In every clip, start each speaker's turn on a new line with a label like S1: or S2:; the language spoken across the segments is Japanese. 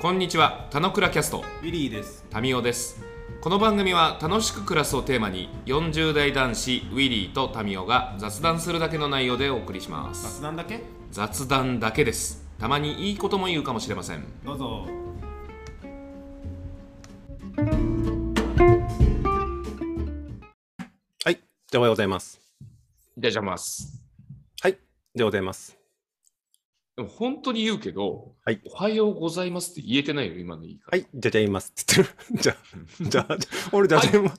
S1: こんにちは、たのくらキャスト、
S2: ウィリーです。
S1: タミオです。この番組は楽しく暮らすをテーマに、40代男子ウィリーとタミオが雑談するだけの内容でお送りします。
S2: 雑談だけ
S1: 雑談だけです。たまにいいことも言うかもしれません。
S2: どうぞ。
S3: はい。でおはようございます。
S1: じゃあじゃあます。
S3: はい。でおはようございます。
S1: でも本当に言うけど、
S3: はい
S1: おはようございますって言えてないよ、今の言い方。
S3: はい。じゃじゃいます。って言ってる。じゃ、じゃ、じゃ俺じゃじゃいま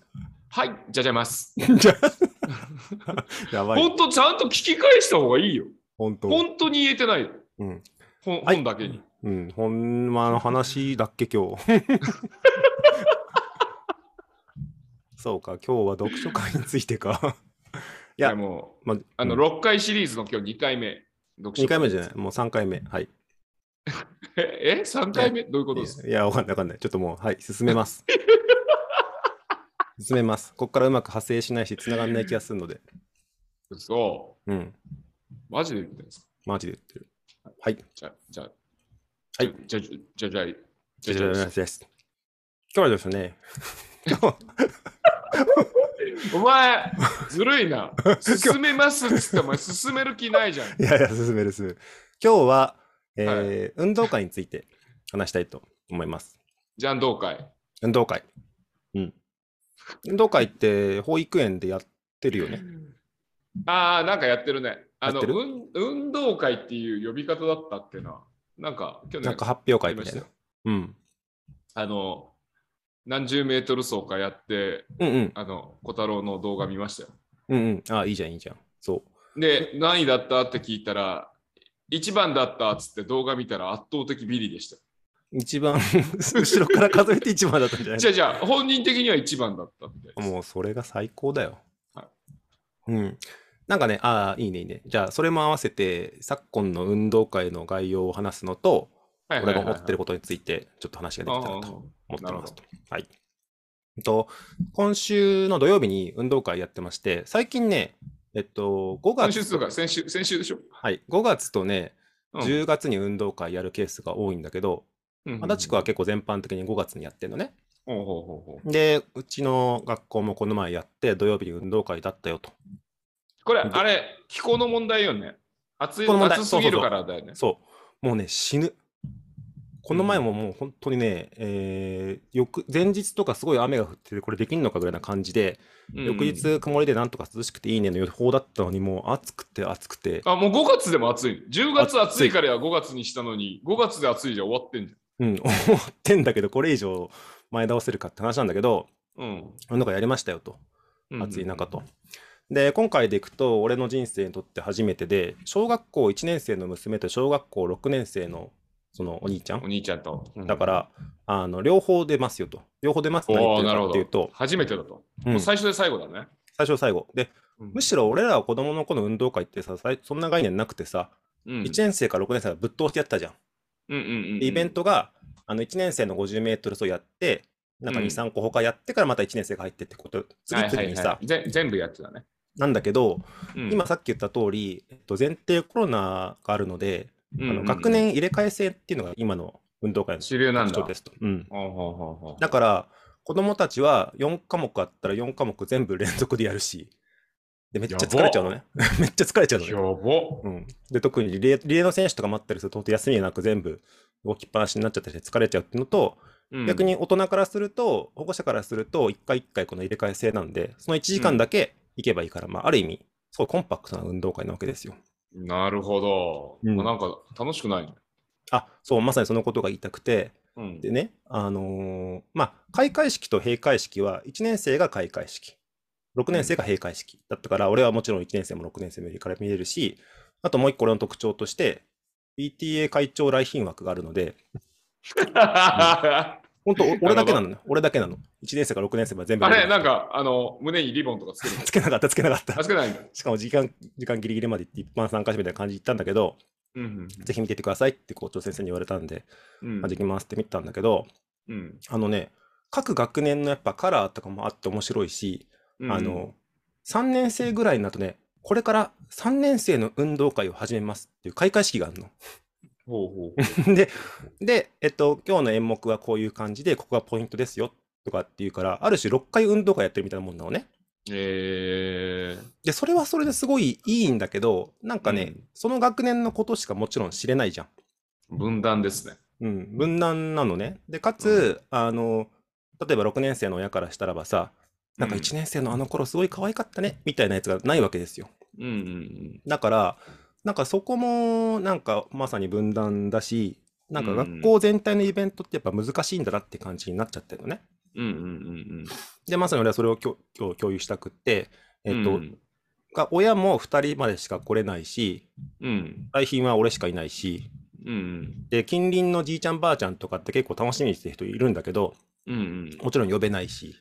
S1: はい、じゃあじゃあます。
S3: す。じゃ、やばい。
S1: 本当ちゃんと聞き返した方がいいよ。
S3: 本当。
S1: 本当に言えてないよ。
S3: うん。
S1: 本
S3: はい
S1: 本だけに。
S3: うん。ほんまの話だっけ、今日。そうか、今日は読書会についてか。
S1: い
S3: いや
S1: や、もう、
S3: まあ、
S1: あの、
S3: うん
S1: 6回シリーズの今日2回目。読書
S3: 二回目じゃない。もう三回目。はい。
S1: え、え ?3 回目どういうことです
S3: いや、わかんないわかんない。ちょっともう、はい、進めます。進めます。ここからうまく派生しないし、繋がんない気がするので。
S1: そ
S3: うん。
S1: う。マジで言ってんですか
S3: マジで言ってる。はい。
S1: じゃあ、じゃあ、
S3: は
S1: じゃあ、じゃあ、じゃあ、じゃあ、じ
S3: じ
S1: ゃ
S3: ゃ
S1: あ
S3: じ
S1: じゃ
S3: ゃ
S1: あ
S3: じゃです。今日はですね、今日は
S1: お前、ずるいな。 進めますっつって、お前、進める気ないじゃん。
S3: いやいや、進める進める。今日は、えー運動会について話したいと思います。
S1: じゃん、どうかい。
S3: 運動会。うん。運動会って保育園でやってるよね。
S1: ああ、なんかやってるね。あの、
S3: やってる
S1: 運運動会っていう呼び方だったっけな。なんか、去年、
S3: なんか発表会み
S1: や
S3: た
S1: り
S3: い
S1: ま
S3: な
S1: し。
S3: うん。
S1: あの、何十メートル走かやって、
S3: うんうん。
S1: あの、小太郎の動画見ましたよ。
S3: うんうん。あ、いいじゃん、いいじゃん。そう。
S1: で、何位だったって聞いたら、一番だったっつって動画見たら圧倒的ビリでした。
S3: 一番後ろから数えて一番だったんじゃない
S1: じゃあじゃあ、本人的には一番だったみたいです。
S3: もうそれが最高だよ。
S1: は
S3: うん。なんかね、ああ、いいね、いいね。じゃあ、それも合わせて、昨今の運動会の概要を話すのと、
S1: はい
S3: 俺が思って
S1: る
S3: ることについて、ちょっと話ができたらと思って
S1: なるほ
S3: ま
S1: ど
S3: す。はい。えっと、今週の土曜日に運動会やってまして、最近ね、えっと、5
S1: 先週
S3: 月、
S1: とか先週、先週でしょ、
S3: はい、5月とね、
S1: うん
S3: 10月に運動会やるケースが多いんだけど、
S1: うん
S3: 足立区は結構全般的に5月にやってるのね。
S1: ほうほうほうほう
S3: で、うちの学校もこの前やって、土曜日に運動会だったよと。
S1: これ、あれ、気候の問題よね。暑い
S3: 気候の問題
S1: 暑すぎるからだよね。
S3: そう。もうね、死ぬ。この前ももう本当にね、えー、翌前日とかすごい雨が降ってて、これできんのかぐらいな感じで、
S1: うん
S3: 翌日曇りでなんとか涼しくていいねの予報だったのに、もう暑くて暑くて、
S1: あ、もう5月でも暑い。10月暑いからや5月にしたのに、5月で暑いじゃ終わってんじ
S3: うん、 思ってんだけど、これ以上前倒せるかって話なんだけど、
S1: ゃん。
S3: なんかやりましたよと、
S1: うん。
S3: 暑い中と。で、今回でいくと、俺の人生にとって初めてで、小学校1年生の娘と小学校6年生のそのお兄ちゃん
S1: お、兄ちゃんと。
S3: だから、あの両方出ますよと。両方出ますって
S1: お
S3: 言
S1: お
S3: っ
S1: ー
S3: て
S1: なる
S3: るか
S1: ほ
S3: っていう
S1: ど
S3: と。、
S1: 初めてだと。
S3: うん
S1: もう
S3: 最
S1: 最初で最後だね。
S3: 初最後。で、
S1: む
S3: むしろ俺らは子供の頃の運動会ってさ、さいそんな概念なくてさ、
S1: ろ
S3: 1年生から6年生がぶっ通してやったじゃん。でイベントが、あの1年生の50メートル走やって、なんか2、
S1: うん
S3: 3個他やってからまた1年生が入ってってこと、次々にさ、
S1: はいはいはいぜ全部やってたね。
S3: なんだけど、
S1: うん
S3: 今さっき言った通り、えっと、前提コロナがあるので、
S1: うん
S3: あ
S1: う
S3: の
S1: ん
S3: 学年入れ替え制っていうのが今の運動会の
S1: 主流なんだ
S3: 特徴ですと。うん
S1: ほうほうほうほう
S3: だから、子供たちは4科目あったら4科目全部連続でやるし、でめっちゃ疲れちゃうのね。 めっちゃ疲れちゃうの
S1: や
S3: ね。
S1: ばっ
S3: うん、で、特にリレーリレーの選手とか待ったりすると、本当休みなく全部動きっぱなしになっちゃったりして疲れちゃうっていうのと、
S1: うん
S3: 逆に大人からすると、保護者からすると、1回1回この入れ替え制なんで、その1時間だけ行けばいいから、まあ、ある意味、すごいコンパクトな運動会なわけですよ。
S1: なるほど。
S3: うん
S1: まあなんか楽しくないね。
S3: あ、そう、まさにそのことが言いたくて、
S1: うん
S3: でね、あのーまあ、開会式と閉会式は、1年生が開会式、6年生が閉会式だったから、俺はもちろん1年生も6年生も入れから見れるし、あともう一個俺の特徴として、PTA 会長来賓枠があるので、
S1: あ
S3: 本当
S1: ほど
S3: 俺だけなのね、俺だけなの。1年生から6年生まで全部入
S1: れ
S3: れ
S1: なんかあの胸にリボンとかつけるの。
S3: つけなかった、つけなかった
S1: あ。つけないんだ。
S3: しかも時間、時間ギリギリまで行って、一般参加者みたいな感じで行ったんだけど、
S1: うん
S3: ぜひ見ててくださいって校長先生に言われたんで、
S1: うん
S3: あできますって見たんだけど、
S1: うん
S3: あのね、各学年のやっぱカラーとかもあって面白いし、
S1: うん
S3: あの、3年生ぐらいになるとね、これから3年生の運動会を始めますっていう開会式があるの。
S1: ほうほう。
S3: で、で、えっと、今日の演目はこういう感じで、ここがポイントですよとかっていうから、ある種6回運動会やってるみたいなもんなのね。
S1: え
S3: で、それはそれですごいいいんだけど、なんかね、
S1: うん
S3: その学年のことしかもちろん知れないじゃん。
S1: ー、分断ですね。
S3: うん、分断なのね。で、かつ、あの、例えば6年生の親からしたらばさ、なんか
S1: うん
S3: 1年生のあの頃すごい可愛かったね、みたいなやつがないわけですよ。
S1: うんうん
S3: だから、なんかそこも、なんかまさに分断だし、なんか
S1: うん
S3: 学校全体のイベントってやっぱ難しいんだなって感じになっちゃってるのね。
S1: うん。うんうんうん
S3: で、まさに俺はそれをきょ今日共有したくって、
S1: うん。
S3: えっと、
S1: うん
S3: が親も2人までしか来れないし、
S1: うん。
S3: 来賓は俺しかいないし、
S1: うん
S3: で、近隣のじいちゃんばあちゃんとかって結構楽しみにしてる人いるんだけど、
S1: うん。うん
S3: もちろん呼べないし、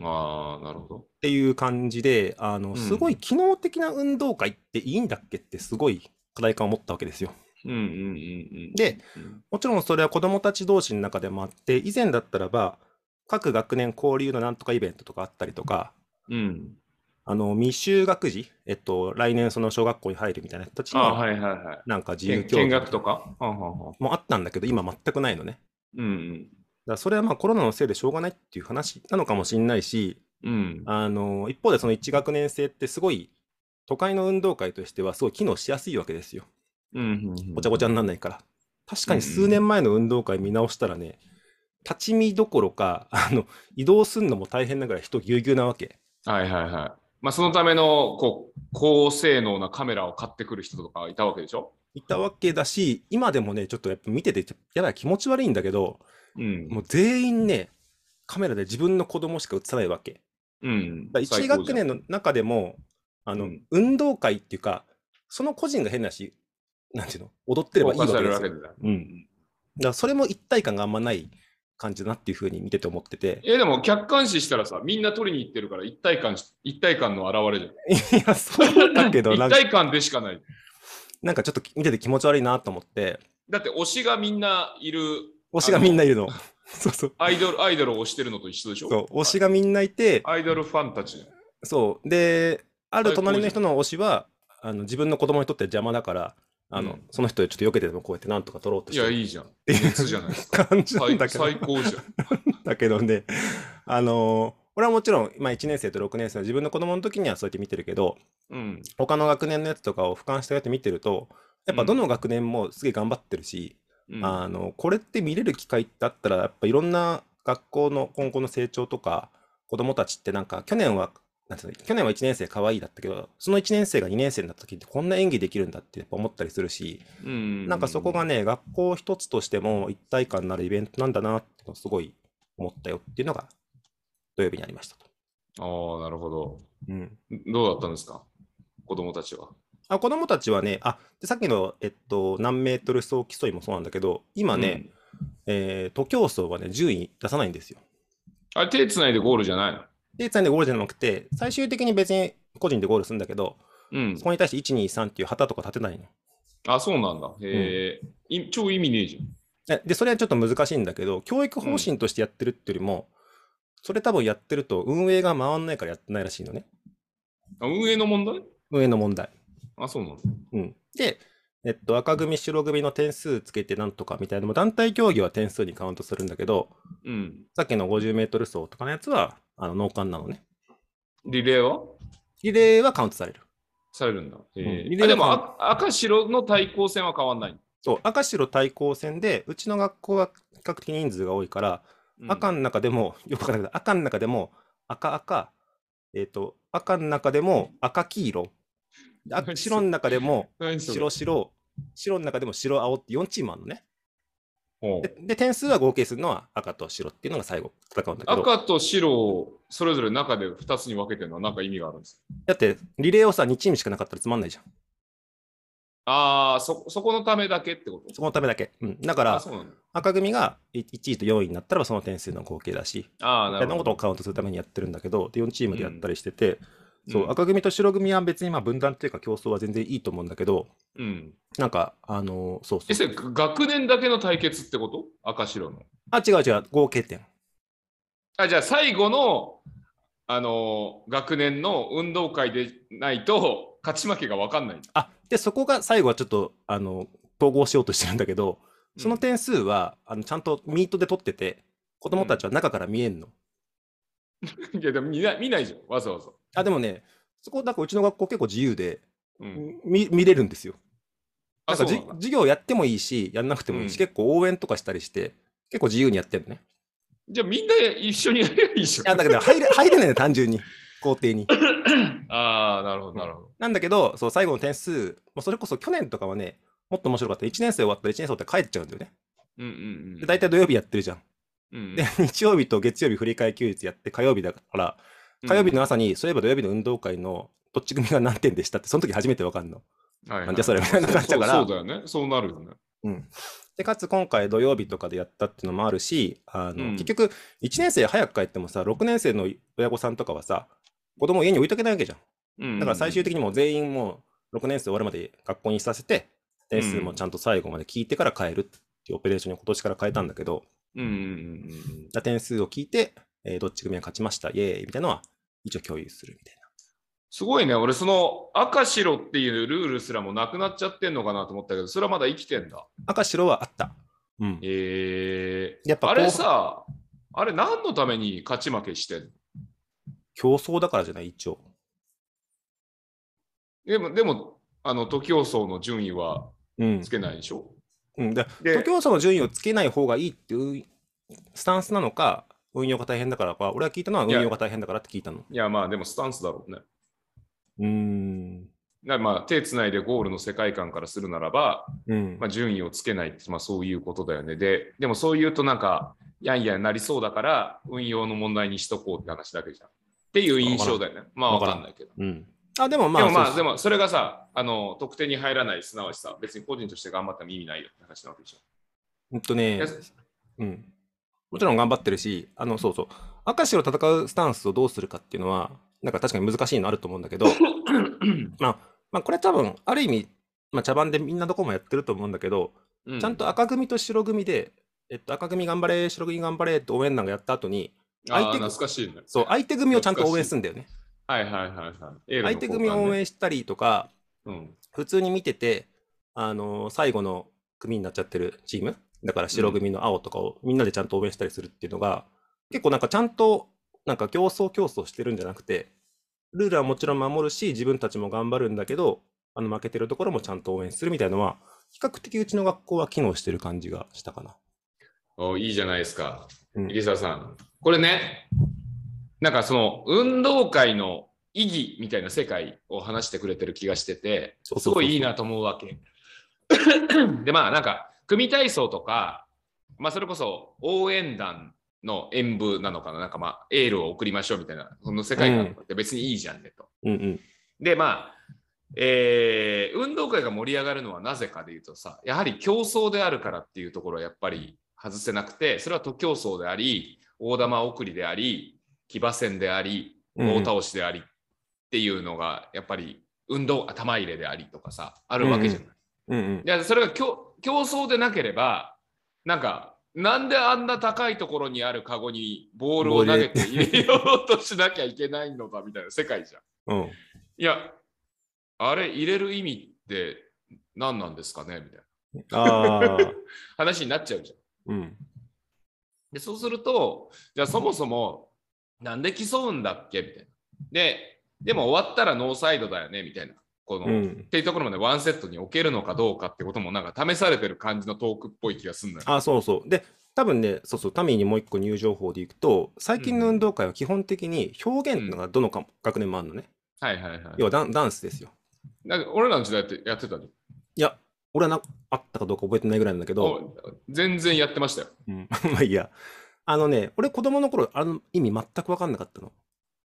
S1: ああ、なるほど。
S3: っていう感じで、あの、
S1: ん
S3: すごい機能的な運動会っていいんだっけってすごい課題感を持ったわけですよ。
S1: うんうんうんうん。
S3: で
S1: うん、
S3: もちろんそれは子供たち同士の中でもあって、以前だったらば、各学年交流のなんとかイベントとかあったりとか、
S1: うん。
S3: あの、未就学児、えっと、来年その小学校に入るみたいな人たち
S1: ああ、
S3: の、
S1: はいはいはい。
S3: なんか自由
S1: 見
S3: 教
S1: 見
S3: 育
S1: 学とかはんはんはん
S3: もあったんだけど、今全くないのね。
S1: うん
S3: だからそれはまあコロナのせいでしょうがないっていう話なのかもしれないし、
S1: うん。うん。
S3: あの、一方でその1学年生ってすごい、都会の運動会としてはすごい機能しやすいわけですよ。
S1: うんうん。
S3: ごちゃごちゃにならないから。確かに数年前の運動会見直したらね、立ち見どころか、あの、移動すんのも大変なぐらい人ぎゅうぎゅうなわけ。
S1: はいはいはい。まあ、そのためのこう高性能なカメラを買ってくる人とかいたわけでしょ
S3: いたわけだし、今でもね、ちょっとやっぱ見てて、やばい気持ち悪いんだけど、
S1: うん
S3: もう全員ね、カメラで自分の子供しか映さないわけ。
S1: うん。
S3: だ1学年の中でも、あ
S1: う
S3: の、
S1: ん
S3: 運動会っていうか、その個人が変だし、なんていうの、踊って
S1: 最
S3: れば
S1: 高
S3: いい
S1: じゃんフォ
S3: わ
S1: ーカスさ
S3: け
S1: れる
S3: です
S1: わけだ。
S3: よ。うん。だからそれも一体感があんまない感じだなっていうふうに見てて思ってて。
S1: え、でも客観視したらさ、みんな取りに行ってるから一体感し、一体感の表れじ
S3: いや、そう
S1: ゃん。
S3: だけど、な
S1: 一
S3: んか
S1: 体感でしかない。
S3: なんかちょっと見てて気持ち悪いなと思って、
S1: だって推しがみんないる、
S3: 推しがみんないるの。 そうそう。
S1: アイドル、アイドルを推してるのと一緒でしょ
S3: そう、推しがみんないて、
S1: アイドルファンたち。
S3: そう。で、ある
S1: 最高
S3: 隣
S1: じ
S3: の
S1: ゃん
S3: 人の推しは、あの自分の子供にとっては邪魔だから、あの、
S1: うん
S3: その人でちょっと避けてでもこうやってなんとか取ろうと
S1: い
S3: して
S1: や、
S3: る
S1: いいじゃん。熱じゃないです か。
S3: 感じな
S1: 最
S3: んだけど、
S1: 最高じゃん。
S3: だけどね、あの俺はもちろん、まあ、1年生と6年生の自分の子供の時にはそうやって見てるけど、
S1: うん。
S3: 他の学年のやつとかを俯瞰してやって見てると、やっぱどの学年もすげえ頑張ってるし、
S1: うん
S3: あのこれって見れる機会だったらやっぱいろんな学校の今後の成長とか子どもたちってなんか去年はなんていうの去年は1年生可愛いだったけどその1年生が2年生になった時ってこんな演技できるんだってやっぱ思ったりするし、
S1: うん
S3: なんかそこがね学校一つとしても一体感のあるイベントなんだなってのをすごい思ったよっていうのが土曜日にありましたと。
S1: ああ、なるほど。
S3: うん
S1: どうだったんですか子供たちは。
S3: あ子どもたちはねあでさっきの、えっと、何メートル走競いもそうなんだけど今ね、えー徒競走はね順位出さないんですよ。
S1: うん、あれ、手つないでゴールじゃないの
S3: で、3でゴールじゃなくて、最終的に別に個人でゴールするんだけど、
S1: うん
S3: そ。こに対して1、2、3っていう旗とか立てないの。
S1: あ、そうなんだ。へえ、い超意味ねえじ
S3: えで、それはちょっと難しいんだけど、教育方針としてやってるっていうよりも、それ多分やってると運営が回んないからやってないらしいのね。
S1: ゃん。あ運営の問題
S3: 運営の問題。
S1: あ、そうなんだ。
S3: うん。で、えっと、赤組、白組の点数つけてなんとかみたいなのも、団体競技は点数にカウントするんだけど、
S1: うん。
S3: さっきの50メートル走とかのやつは、あの、脳幹なのね。
S1: リレーは
S3: リレーはカウントされる。
S1: されるんだ。へえ
S3: うんリレーは
S1: あでもあ、赤白の対抗戦は変わんない。
S3: そう、赤白対抗戦で、うちの学校は比較的人数が多いから、
S1: うん
S3: 赤の中でも、 よくわかんないけど、赤の中でも、赤赤、えっ、と、赤の中でも赤黄色、であ白の中でも
S1: 何それ
S3: 白白、白の中でも白青って4チームあるのね。
S1: ほ
S3: で
S1: う、
S3: で点数は合計するのは赤と白っていうのが最後戦うんだけど、
S1: 赤と白をそれぞれ中で2つに分けてるのは何か意味があるんですか
S3: だってリレーをさ、2チームしかなかったらつまんないじゃん。
S1: ああ、そ、そこのためだけってこと
S3: そこのためだけ。うん、だか
S1: あ、
S3: ら、
S1: そうなんだ。
S3: 赤組が1位と4位になったらばその点数の合計だし、
S1: ああ、
S3: み
S1: な
S3: た
S1: る
S3: いな
S1: ほ
S3: こと
S1: ど。
S3: をカウントするためにやってるんだけど、で4チームでやったりして
S1: う
S3: て、
S1: ん
S3: そううん赤組と白組は別にまあ分断というか競争は全然いいと思うんだけど、
S1: うん。
S3: なんか、あのーそう
S1: え、そ
S3: そ。
S1: うれ、学年だけの対決ってこと赤白の。
S3: あ、違う違う、合計点。
S1: あじゃあ最後の、あのー学年の運動会でないと勝ち負けが分かんない。
S3: あ、で、そこが最後はちょっと、あのー統合しようとしてるんだけど、その点数は、あのちゃんとミートで取ってて、子供たちは中から見えんの。
S1: いやでも見ない見ないじゃんわざわざ、
S3: あ、でもね、そこ、なんかうちの学校結構自由で、
S1: うん、
S3: み見れるんですよ。な
S1: あ
S3: ん
S1: そ
S3: か
S1: う
S3: じ
S1: なんだ
S3: 授業やってもいいし、やんなくてもいいし、
S1: うん
S3: 結構応援とかしたりして、結構自由にやって るのね。
S1: じゃあみんな一緒にやればいいじ
S3: い
S1: ゃ
S3: や、
S1: ん
S3: だけど入れ入れないの、単純に。校庭に。
S1: ああなるほどなるほど、
S3: なんだけど、そう、最後の点数、もうそれこそ去年とかはね、もっと面白かった。1年生終わったら1年生終わったら帰っちゃうんだよね。
S1: うんうんう
S3: で、
S1: ん
S3: 大体土曜日やってるじゃん。
S1: うん
S3: で、日曜日と月曜日振り替え休日やって、火曜日だから、火曜日の朝に、そういえば土曜日の運動会のどっち組が何点でしたって、その時初めてわかんの。
S1: はいはい
S3: なんじゃそれみたいな感じだから
S1: そうそうそうだよねそうなるよね
S3: で、かつ今回土曜日とかでやったっていうのもあるし、あの、
S1: うん
S3: 結局、1年生早く帰ってもさ、6年生の親御さんとかはさ、子供を家に置いとけないわけじゃん。だから最終
S1: 的
S3: 的にもう全員もう6年生終わるまで学校にさせて、点数もちゃんと最後まで聞いてから変えるっていうオペレーションに今年から変えたんだけど、
S1: うんうんうんうん
S3: だ点数を聞いて、えーどっち組が勝ちました、イエーイみたいなのは一応共有するみたい
S1: すごいね俺その赤白っていうルールすらもなくなっちゃってんのかなと思ったけどそれはまだ生きてんだ
S3: な。赤白はあった。うん。
S1: え
S3: やっ
S1: ー、
S3: ぱ
S1: あれ
S3: こう
S1: さあれ何のために勝ち負けしてんの
S3: 競争だからじゃない、一応。
S1: でもでもあの徒競走の順位は
S3: うん
S1: つ。けないでしょ、
S3: うん、だ
S1: で
S3: 徒競走の順位をつけない方がいいっていうスタンスなのか、運用が大変だからか、俺は聞いたのは運用が大変だからって聞いたの。
S1: いやまあでもスタンスだろうね
S3: うーん。
S1: なまあ、手つないでゴールの世界観からするならば、
S3: うん
S1: まあ、順位をつけないって、まあ、そういうことだよね。で、でもそう言うとなんか、やんやんなりそうだから、運用の問題にしとこうって話だけじゃん。っていう印象だよね。まあ、わ
S3: わからん
S1: かんないけど。
S3: うん。あ、でもまあ、
S1: でもまあ、
S3: そうそ
S1: で
S3: う
S1: もそれがさ、あの、得点に入らない、すなわちさ、別に個人として頑張っても意味ないよって話なわけでしょ。
S3: うんと
S1: い
S3: ね
S1: や、
S3: うん、もちろん頑張ってるし、あのそうそう、赤白戦うスタンスをどうするかっていうのは、なんか確かに難しいのあると思うんだ けど、まあ、まあ、これ多分、ある意味、まあ、茶番でみんなどこもやってると思うんだけど、
S1: う
S3: ちゃんと赤組と白組で、えっと、赤組頑張れ、白組頑張れって応援団がやった後に、
S1: あー
S3: 相手
S1: 懐かしいね。
S3: そう、相手組をちゃんと応援するんだよね。
S1: はいはいはいはい。エールの
S3: 相手組を応援したりとか、
S1: 交換ね。
S3: 普通に見てて、あの最後の組になっちゃってるチーム、だから白組の青とかをみんなでちゃんと応援したりするっていうのが、結構なんかちゃんと、なんか競争競争してるんじゃなくて、ルールはもちろん守るし、自分たちも頑張るんだけど、あの負けてるところもちゃんと応援するみたいのは、比較的うちの学校は機能してる感じがしたかな。
S1: うんお。いいじゃないですか。
S3: うん
S1: 入澤さん、これね、なんかその運動会の意義みたいな世界を話してくれてる気がしてて、
S3: そう
S1: す
S3: そうそうそう
S1: ごいいいなと思うわけ。 で、まあなんか、組体操とか、まあそれこそ応援団の演舞なのかな、なんかまあエールを送りましょうみたいな、その世界観とかって別にいいじゃんねと。
S3: うんうん。
S1: でまあえー運動会が盛り上がるのはなぜかでいうとさやはり競争であるからっていうところはやっぱり外せなくてそれは徒競走であり大玉送りであり騎馬戦であり
S3: う
S1: 棒
S3: ん
S1: 倒しでありっていうのがやっぱり運動頭入れでありとかさあるわけじゃない。
S3: うんうん。
S1: いやそれが競競争でなければなんかなんであんな高いところにあるカゴにボールを投げて入れようとしなきゃいけないのかみたいな世界じゃん。
S3: うん、
S1: いや、あれ入れる意味って何なんですかねみたいな
S3: ああ、
S1: 話になっちゃうじゃん。
S3: うん。
S1: で、そうすると、じゃあそもそもなんで競うんだっけみたいな。で、でも終わったらノーサイドだよねみたいな。この、
S3: う
S1: っ
S3: ん。
S1: ていうところまでワンセットに置けるのかどうかってこともなんか試されてる感じのトークっぽい気がするのよ。
S3: あ、そうそう。で、多分ね、そうそう、タミーにもう一個入情報でいくと、最近の運動会は基本的に表現ってのがどのか、学年もあるのね。
S1: はいはいはい。
S3: 要はダンダンスですよ。
S1: なんか俺らの時代ってやってたの
S3: いや、俺はなあったかどうか覚えてないぐらいなんだけど、
S1: お全然やってましたよ。
S3: うん、まあいいや。あのね、俺子供の頃、あの意味全く分かんなかったの。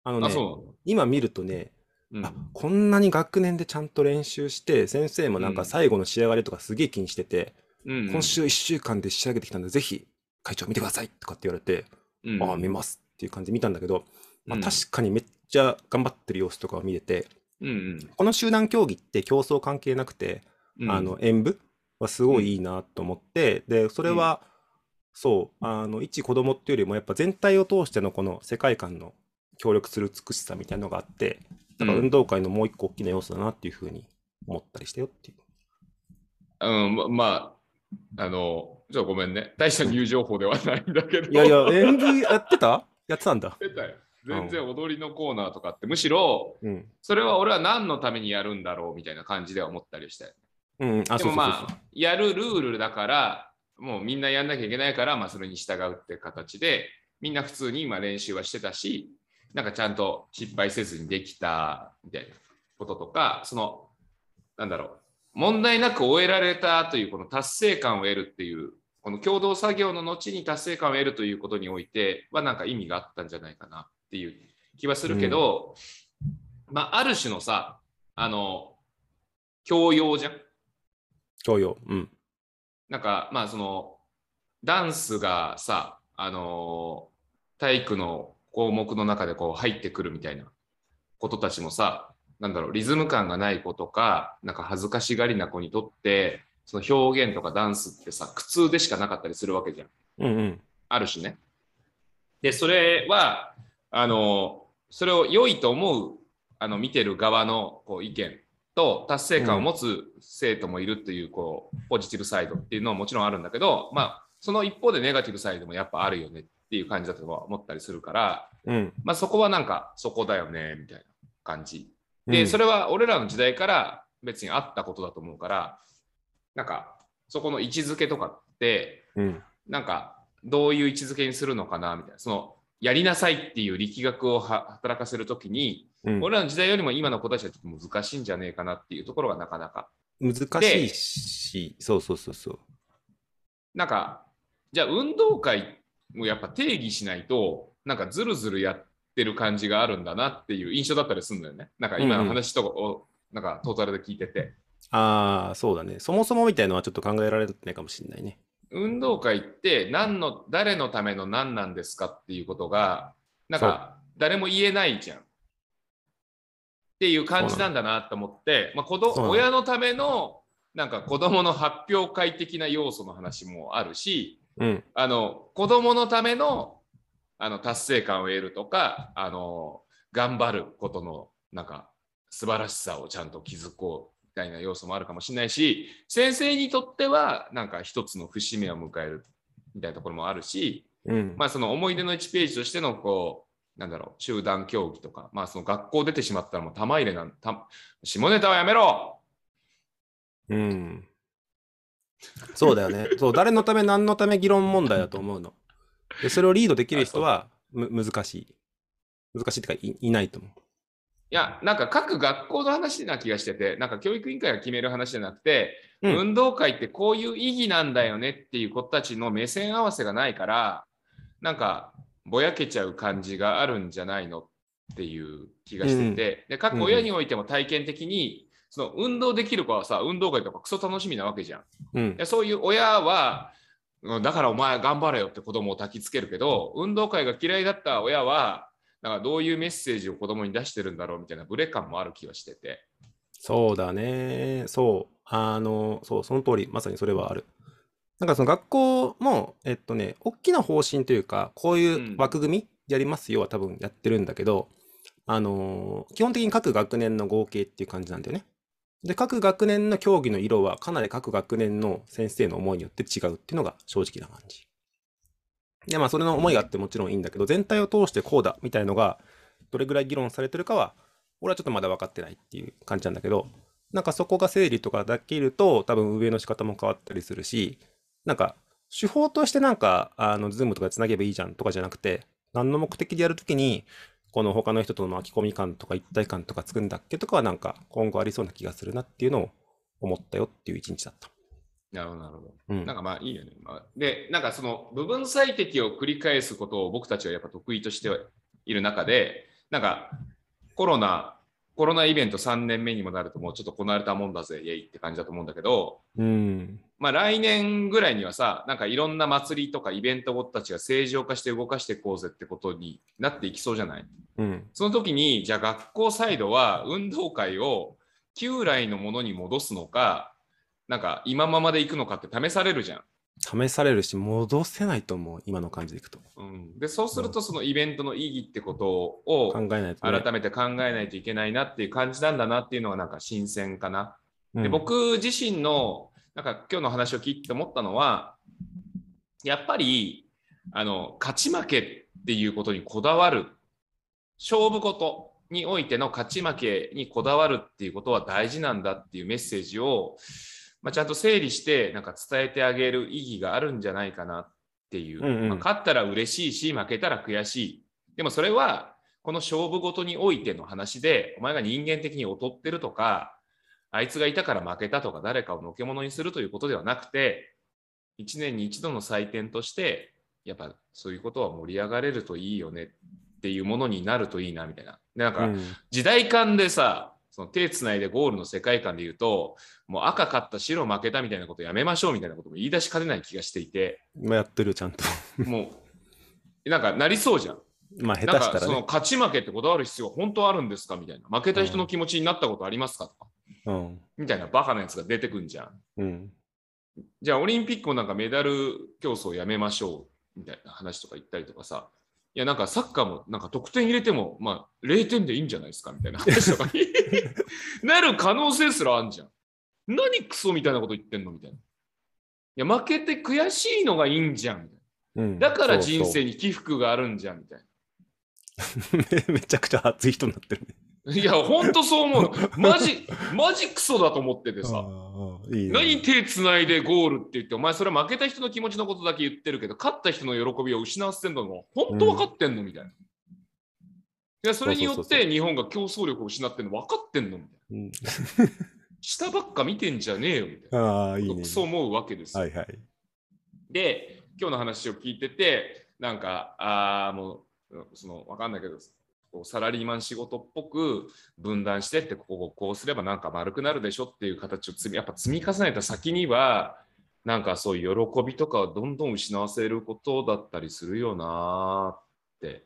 S3: あの
S1: あ、
S3: ね、
S1: そ
S3: 今見るとね、
S1: うな
S3: あ
S1: の、
S3: こんなに学年でちゃんと練習して、先生もなんか最後の仕上がりとかすげえ気にしてて、
S1: うんうん
S3: 今、週1週間で仕上げてきたんで、ぜひ会長見てくださいとかって言われて、
S1: うん
S3: ああ、見ますっていう感じで見たんだけど、まあ、
S1: うん
S3: 確かにめっちゃ頑張ってる様子とかを見れて、
S1: うんうん
S3: この集団競技って競争関係なくて、
S1: うん
S3: あの演舞はすごいいいなと思って、でそれは、そうあの一子供っていうよりもやっぱ全体を通してのこの世界観の協力する美しさみたいなのがあってだから運動会のもう一個大きな要素だなっていうふうに思ったりしたよっていう。
S1: うん、ままあ、あの、ちょっとごめんね。大した入場法ではないんだけど。
S3: いや いや、演技やってたやってたんだ。
S1: 出たよ全然踊りのコーナーとかって、むしろ、
S3: うん。
S1: それは俺は何のためにやるんだろうみたいな感じでは思ったりしたよね。
S3: うんうん。あ、
S1: で
S3: そうそうそ
S1: も
S3: う
S1: まあ、やるルールだから、もうみんなやんなきゃいけないから、まあそれに従うって形で、みんな普通に今練習はしてたし、なんかちゃんと失敗せずにできたみたいなこととか、その、なんだろう、問題なく終えられたというこの達成感を得るっていう、この共同作業の後に達成感を得るということにおいては、なんか意味があったんじゃないかなっていう気はするけど、まあ、ある種のさ、あの、教養じゃん。
S3: 教養。うん。
S1: なんか、まあ、その、ダンスがさ、あのー体育の項目の中でこう入ってくるみたいなことたちもさ、なんだろう、リズム感がない子とか、なんか恥ずかしがりな子にとって、その表現とかダンスってさ、苦痛でしかなかったりするわけじゃん。
S3: うんうん。
S1: あるしね。で、それは、あの、それを良いと思う、あの、見てる側のこう意見と達成感を持つ生徒もいるっていう、こう、ポジティブサイドっていうのはもちろんあるんだけど、まあ、その一方でネガティブサイドもやっぱあるよねっていう感じだとは思ったりするから、
S3: うん。
S1: まあそこはなんかそこだよね、みたいな感じ
S3: う
S1: で、
S3: ん
S1: それは俺らの時代から別にあったことだと思うから、なんかそこの位置づけとかって、
S3: うん。
S1: なんかどういう位置づけにするのかなみたいな、そのやりなさいっていう力学をは働かせるときに、
S3: うん。
S1: 俺らの時代よりも今の子たちはちょっと難しいんじゃねえかなっていうところがなかなか、
S3: 難しいし、そうそうそうそう。
S1: なんか、じゃあ運動会もやっぱ定義しないと、なんかずるずるやってる感じがあるんだなっていう印象だったりするんだよね。なんか今の話とかを、なんかトータルで聞いてて。
S3: ああ、そうだね。そもそもみたいのはちょっと考えられないかもしれないね。
S1: 運動会って何の誰のための何なんですかっていうことがなんか誰も言えないじゃんっていう感じなんだなと思って、まあ、子ど
S3: そうなの
S1: 親のためのなんか子供の発表会的な要素の話もあるし
S3: うん。
S1: あの子供のためのあの達成感を得るとかあの頑張ることのなんか素晴らしさをちゃんと気づこうみたいな要素もあるかもしれないし先生にとってはなんか一つの節目を迎えるみたいなところもあるし、
S3: うん。
S1: まあ、その思い出の1ページとしてのこうなんだろう集団競技とか、まあ、その学校出てしまったらもう玉入れなんた下ネタはやめろ
S3: うん。そうだよ ね。そう、誰のため、何のため議論問題だと思うの。でそれをリードできる人はむ難しい。難しいっていうか、いいないと思
S1: いや、なんか各学校の話な気がしてて、なんか教育委員会が決める話じゃなくて、
S3: うん
S1: 運動会ってこういう意義なんだよねっていう子たちの目線合わせがないから、なんかぼやけちゃう感じがあるんじゃないのっていう気がしてて、で各親においても体験的に、その運動できる子はさ、運動会とかクソ楽しみなわけじゃん。
S3: う。うん
S1: い。やそういう親は、うんだからお前頑張れよって子供を焚きつけるけど、運動会が嫌いだった親は、なんかどういうメッセージを子供に出してるんだろうみたいなブレ感もある気はしてて。
S3: そうだね。そう。あの、そう、その通り、まさにそれはある。なんかその学校も、えっとね、大きな方針というか、こういう枠組みやりますよは多分やってるんだけど、あのー基本的に各学年の合計っていう感じなんだよね。で、各学年の競技の色はかなり各学年の先生の思いによって違うっていうのが正直な感じ。で、まあそれの思いがあってもちろんいいんだけど、全体を通してこうだみたいのが、どれぐらい議論されてるかは、俺はちょっとまだ分かってないっていう感じなんだけど、なんかそこが整理とかできると、多分運営の仕方も変わったりするし、なんか手法としてなんか、あの、ズームとかでつなげばいいじゃんとかじゃなくて、何の目的でやるときに、この他の人との巻き込み感とか一体感とかつくんだっけとかはなんか今後ありそうな気がするなっていうのを思ったよっていう一日だった。
S1: なるほど、なるほど。
S3: うん
S1: なん。かまあいいよね。まあで、なんかその部分最適を繰り返すことを僕たちはやっぱ得意としている中で、なんかコロナ、コロナイベント3年目にもなるともうちょっとこなれたもんだぜ、イエイって感じだと思うんだけど、
S3: うん。
S1: まあ、来年ぐらいにはさ、なんかいろんな祭りとかイベントごとたちが正常化して動かしていこうぜってことになっていきそうじゃない
S3: うん。
S1: その時に、じゃあ学校サイドは運動会を旧来のものに戻すのか、なんか今ままで行くのかって試されるじゃん。
S3: 試されるし、戻せないと思う。今の感じでいくと。
S1: うん、で、そうするとそのイベントの意義ってことを
S3: 考えないとね、
S1: 改めて考えないといけないなっていう感じなんだなっていうのがなんか新鮮かな。
S3: う
S1: で
S3: ん、
S1: 僕自身のなんか今日の話を聞いて思ったのは、やっぱり、あの、勝ち負けっていうことにこだわる、勝負事においての勝ち負けにこだわるっていうことは大事なんだっていうメッセージを、まあ、ちゃんと整理して、なんか伝えてあげる意義があるんじゃないかなっていう。
S3: うんうん
S1: まあ勝ったら嬉しいし、負けたら悔しい。でもそれは、この勝負事においての話で、お前が人間的に劣ってるとか、あいつがいたから負けたとか、誰かをのけ者にするということではなくて、一年に一度の祭典として、やっぱそういうことは盛り上がれるといいよねっていうものになるといいなみたいな。でなんか、
S3: うん
S1: 時代間でさ、その手つないでゴールの世界観で言うと、もう赤勝った、白負けたみたいなことやめましょうみたいなことも言い出しかねない気がしてい て、
S3: 今やってる、ちゃんと。
S1: もう、なんかなりそうじゃん。
S3: まあ、下手
S1: なん
S3: した
S1: からその
S3: ね。
S1: 勝ち負けってこだわる必要本当あるんですかみたいな。負けた人の気持ちになったことありますかとか、
S3: うん。
S1: みたいなバカなやつが出てくんじゃん。
S3: うん。
S1: じゃあオリンピックもなんかメダル競争やめましょうみたいな話とか言ったりとかさ。いやなんかサッカーもなんか得点入れてもまあ0点でいいんじゃないですかみたいな話とかに なる可能性すらあんじゃん。何クソみたいなこと言ってんのみたいな。いや負けて悔しいのがいいんじゃんみたい
S3: うん
S1: な。だから
S3: そうそう
S1: 人生に起伏があるんじゃんみたいな。
S3: めめちゃくちゃ熱い人になってるね。
S1: いや、ほんとそう思うの。 マジ、マジクソだと思っててさ。
S3: ああいいね
S1: 何手つないでゴールって言って、お前それ負けた人の気持ちのことだけ言ってるけど、勝った人の喜びを失わせてんのも、本当分かってんのみたいな。いや、それによ
S3: そう
S1: っ
S3: そうそう
S1: て日本が競争力を失ってんの分かってんのみたいな。
S3: うん
S1: 下ばっか見てんじゃねえよみたい
S3: ああ、いいね
S1: な。。そう思うわけですよ
S3: はいはい。
S1: で今日の話を聞いててなんかあーもうそのわかんないけどこうサラリーマン仕事っぽく分断してってここをこうすればなんか丸くなるでしょっていう形を積みやっぱ積み重ねた先にはなんかそういう喜びとかをどんどん失わせることだったりするよなーって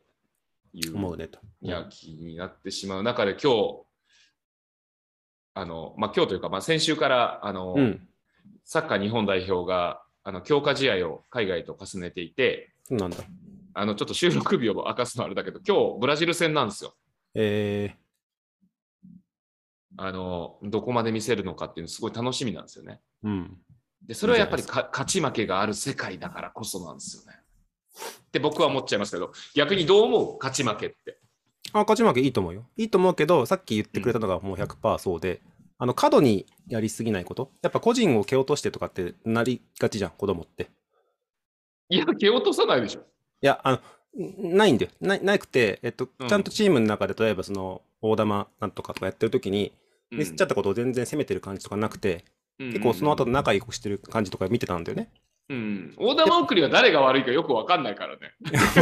S1: いう
S3: 思うねと。
S1: いや、気になってしまう中で今日あの、まあ、今日というか、まあ、先週からあの、
S3: うん。
S1: サッカー日本代表があの強化試合を海外と重ねていて、
S3: そうなんだ。
S1: あのちょっと収録日を明かすのはあれだけど、今日ブラジル戦なんですよ。
S3: えー
S1: あのどこまで見せるのかっていうのすごい楽しみなんですよね。
S3: うん。
S1: でそれはやっぱりか勝ち負けがある世界だからこそなんですよね。って僕は思っちゃいますけど、逆にどう思う勝ち負けって。
S3: あ、勝ち負けいいと思うよ。いいと思うけど、さっき言ってくれたのがもう100%そうで、あの、過度にやりすぎないこと。やっぱ個人を蹴落としてとかってなりがちじゃん、子供って。い
S1: いや、蹴落とさないでしょ。
S3: や、あの、んないんだよ。ななくて、えっと
S1: う、ん
S3: ちゃんとチームの中で、例えばその、大玉なんとかとかやってる時に、
S1: うん
S3: ミスっちゃったことを全然責めてる感じとかなくて、
S1: うん
S3: 結構その後仲良くしてる感じとか見てたん だよね。
S1: うん、大玉送りは誰が悪いかよく分かんないからね。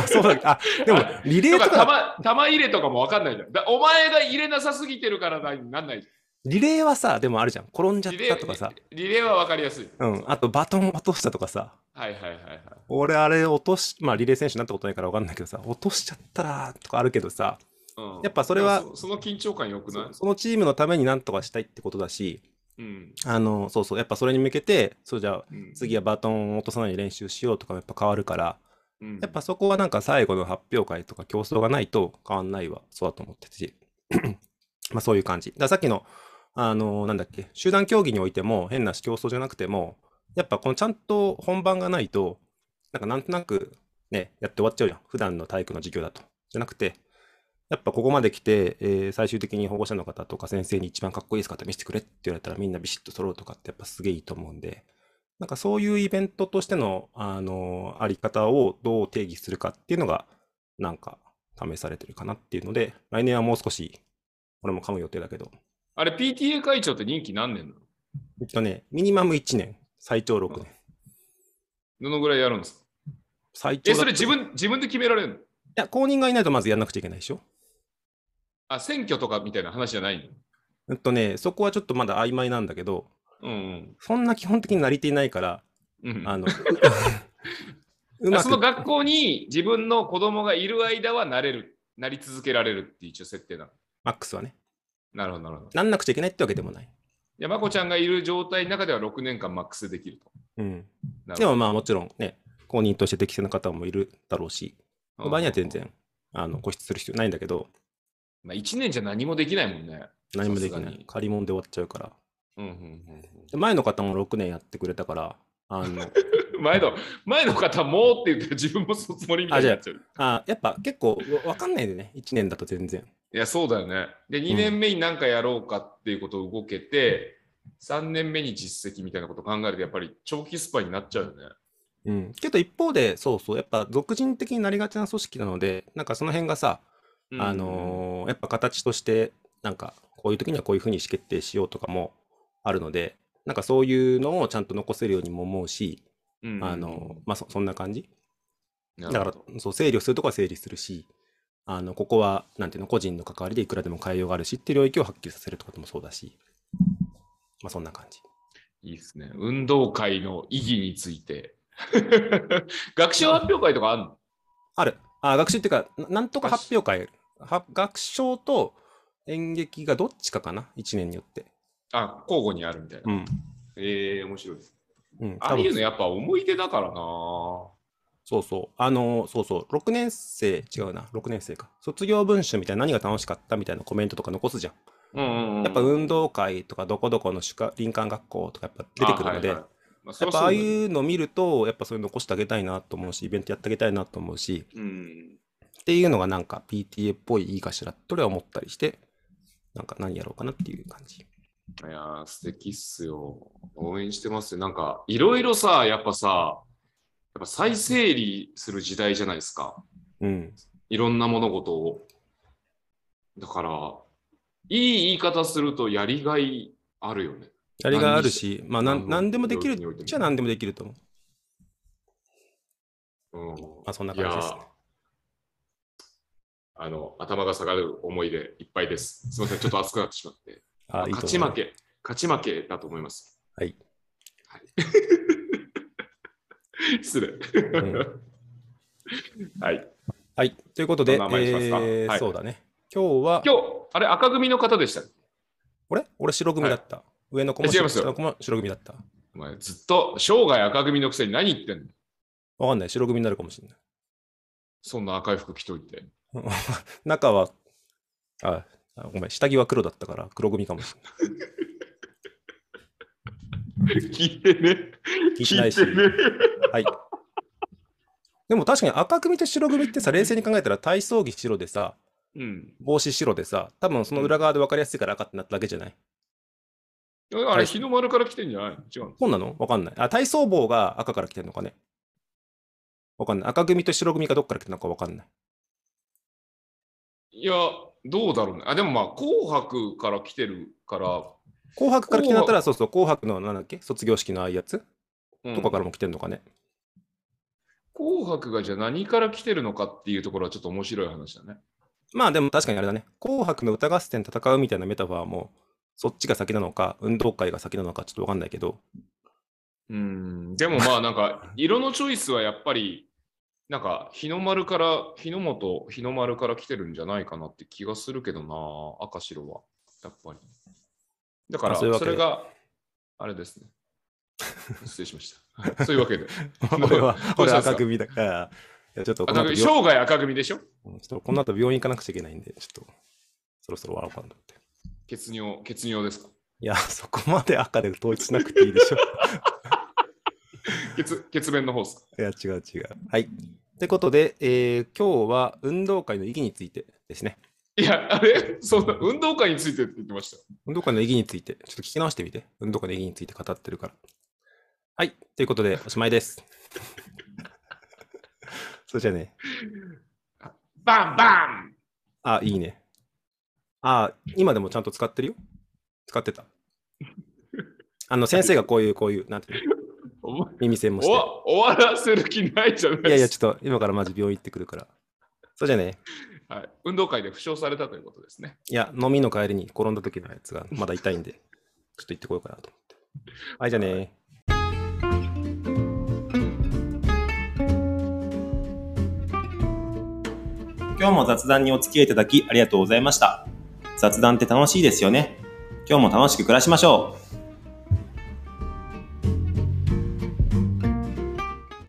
S3: そうだ あ、でも、リレ
S1: と
S3: ーと
S1: か
S3: か、
S1: 玉玉入れとかも分かんないじゃん。だお前が入れなさすぎてるからだになんないじゃん
S3: リレーはさ、でもあるじゃん。転んじゃったとかさ。
S1: リレーリレーは分かりやすい。
S3: うん。あと、バトン落としたとかさ。
S1: はいはいはいはい。
S3: 俺、あれ落とし、まあ、リレー選手になったことないから分かんないけどさ、落としちゃったらとかあるけどさ、
S1: うん
S3: やっぱそれは
S1: でもそその緊張感よくない
S3: そそのチームのためになんとかしたいってことだし、
S1: うん。
S3: あの、そうそう、やっぱそれに向けて、そうじゃあ、
S1: うん
S3: 次はバトンを落とさないように練習しようとかもやっぱ変わるから、
S1: うん
S3: やっぱそこはなんか最後の発表会とか競争がないと変わんないわ、そうだと思ってた し。まあそういう感じ。だからさっきの、あのーなんだっけ、集団競技においても変な競争じゃなくても、やっぱこのちゃんと本番がないと、なんかなんとなくね、やって終わっちゃうじゃん。普段の体育の授業だと。じゃなくて、やっぱここまで来て、えー最終的に保護者の方とか先生に一番かっこいい姿見せてくれって言われたらみんなビシッと揃うとかってやっぱすげえいいと思うんで、なんかそういうイベントとしての、あのあり方をどう定義するかっていうのが、なんか試されてるかなっていうので、来年はもう少し、俺も噛む予定だけど、
S1: あれ PTA 会長って任期何年なの
S3: えっとね、ミニマム1年、最長6年。
S1: どのぐらいやるんですか
S3: 最長
S1: え、
S3: だ
S1: それ自分自分で決められるの
S3: いや、公認がいないとまずやんなくちゃいけないでしょ。
S1: あ、選挙とかみたいな話じゃない
S3: えっとね、そこはちょっとまだ曖昧なんだけど、
S1: のうん
S3: そんな基本的になりていないから、
S1: うん。うん
S3: あ
S1: あ
S3: の、ううま
S1: そ
S3: く
S1: の学校に自分の子供がいる間はなれる、なり続けられるって一応設定なの。
S3: マックスはね、
S1: なるほど、なるほど。
S3: なんなくちゃいけないってわけでもない。
S1: いや、まこちゃんがいる状態の中では6年間マックスできると。
S3: うん。
S1: な
S3: で
S1: るほ
S3: もまあもちろんね、公認として適正な方もいるだろうし、
S1: ど
S3: その場合には全。然、あの、固執する必要ないんだけど、
S1: まあ、1年じゃ何もできないもんね。
S3: 何もでき
S1: さ
S3: な
S1: すがに
S3: い。借り物で終わっちゃうから。
S1: うんうん
S3: で前の方も6年やってくれたから、あの、
S1: うん、前の前の方もうって言ったら自分もそのつもりみたいになっちゃう。
S3: あやっぱ結構わわかんないでね、1年だと全然。
S1: いや、そうだよね。で、
S3: ん
S1: 2年目に何かやろうかっていうことを動けて、3年目に実績みたいなことを考えると、やっぱり長期スパンになっちゃうよね。
S3: うん。けど一方で、そうそう、やっぱ俗人的になりがちな組織なので、なんかその辺がさ、
S1: うん
S3: あのーやっぱ形として、なんかこういう時にはこういうふうに意思決定しようとかもあるので、なんかそういうのをちゃんと残せるようにも思うし、
S1: うん
S3: あのーまあそそんな感じ。
S1: なる
S3: だ
S1: ほ
S3: か
S1: ど
S3: ら、そう、整理をするとこは整理するし、あの、ここは、なんていうの、個人の関わりでいくらでも変えようがあるしっていう領域をはっきりさせるってこともそうだし、まあ、そんな感じ。
S1: いいですね。運動会の意義について。 学習発表会とかあるの
S3: ある。あ、学習っていうか、ななんとか発表会。は学習と演劇がどっちかかな、1年によって。
S1: あ、交互にあるみたいな。
S3: うん。
S1: ええ面白いです。
S3: うん、
S1: ああいうのやっぱ思い出だからな。
S3: そうそう。あの、そうそう。6年生、違うな。6年生か。卒業文集みたいな何が楽しかったみたいなコメントとか残すじゃん。
S1: うんうんうん、
S3: やっぱ運動会とか、どこどこの主科林間学校とかやっぱ出てくるので、
S1: あはいはいまあそ
S3: や
S1: り
S3: っ
S1: ゃ
S3: ぱ
S1: そう
S3: あ
S1: だ
S3: あ
S1: ね
S3: いうの見ると、やっぱそういうの残してあげたいなと思うし、イベントやってあげたいなと思うし、
S1: うん
S3: っていうのがなんか PTA っぽいいいかしらと俺は思ったりして、なんか何やろうかなっていう感じ。
S1: いやー、素敵っすよ。応援してますよ。なんか、いろいろさ、やっぱさ、やっぱ再整理する時代じゃないですか。
S3: うん。
S1: いろんな物事を。だから、いい言い方するとやりがいあるよね。
S3: やりがいあるし、まあなん
S1: 何
S3: 何でもできる
S1: 領域においても
S3: っちゃ何でもできると思う。
S1: うん。
S3: まあそんな感じです
S1: い
S3: ね
S1: やー。あの、頭が下がる思いでいっぱいです。すみません、ちょっと熱くなってしまって。
S3: あ
S1: 勝ち負
S3: け。
S1: け、勝ち負けだと思います。
S3: はい。
S1: はい 失礼。
S3: ん
S1: はい。
S3: はい。ということで、え
S1: どんな名前にしますか
S3: ー
S1: はい
S3: そうだね。今日は、
S1: 今日、あれ、赤組の方でしたっけ
S3: 俺俺白組だった。上の子も
S1: え違いますよ
S3: 下の子も白組だった。
S1: お前、ずっと生涯赤組のくせに何言ってんの
S3: わかんない。白組になるかもしれない。
S1: そんな赤い服着とい て。
S3: 中は、あ、あごめん。下着は黒だったから黒組かもしれない。
S1: 聞いてね。
S3: 聞いてないし。はい。でも確かに赤組と白組ってさ、冷静に考えたら体操着白でさ、
S1: うん。
S3: 帽子白でさ、多分その裏側で分かりやすいから赤ってなっただけじゃない
S1: あれ、日の丸から来てんじゃないの違うの
S3: そうなの分かんない。あ、体操帽が赤から来てるのかね分かんない。赤組と白組がどっから来てるのか分かんない。
S1: いや、どうだろうね。あ、でもまあ、紅白から来てるから、
S3: 紅白から来てなったら、そうそう、紅白のなんだっけ卒業式のああいうやつ
S1: うん
S3: とかからも来てるのかね、
S1: 紅白がじゃあ何から来てるのかっていうところはちょっと面白い話だね。
S3: まあでも確かにあれだね。紅白の歌合戦戦うみたいなメタファーも、そっちが先なのか、運動会が先なのかちょっと分かんない けど、
S1: うん、でもまあなんか色のチョイスはやっぱりなんか日の丸から日の元日の丸から来てるんじゃないかなって気がするけどな赤白はやっぱりだから
S3: あ
S1: そ
S3: そういうわけで
S1: れがあれですね 失礼しましたはいそういうわ けで
S3: 俺は、
S1: どうしたんです
S3: 俺
S1: か
S3: は赤組だから、いやちょっとこの
S1: 赤
S3: 後
S1: 組
S3: 病
S1: 生涯赤組でしょ
S3: うんちょっとこの後病院行かなくちゃいけないんで、ちょっと、そろそろ笑おうかなと思って。
S1: 血尿血尿ですか
S3: いや、 そこまで赤で統一しなく ていいでしょ。
S1: 血血便の方ですか
S3: いや、違う違う。はい。ってことで、えー今日は運動会の意義についてですね。
S1: いやあれそう運動会についてって言ってましたよ
S3: 運動会の意義について、ちょっと聞き直してみて。運動会の意義について語ってるから。はい。ということで、おしまい です。それじゃあね。
S1: バンバン
S3: あ、いいね。あ、今でもちゃんと使ってるよ。使ってた。あの、先生がこういう、こういう、なんていうの
S1: お前
S3: 耳栓もし
S1: 終
S3: て。
S1: わ終わらせる気ないじゃないですか
S3: いやいや、ちょっと今からマジ病院行ってくるから。そうじゃね。
S1: はい、運動会で負傷されたということですね。
S3: いや、飲みの帰りに転んだ時のやつがまだ痛いんで、ちょっと行ってこようかなと思って。はい、じゃあね今日も雑談にお付き合いいただきありがとうございました。雑談って楽しいですよね。今日も楽しく暮らしましょう。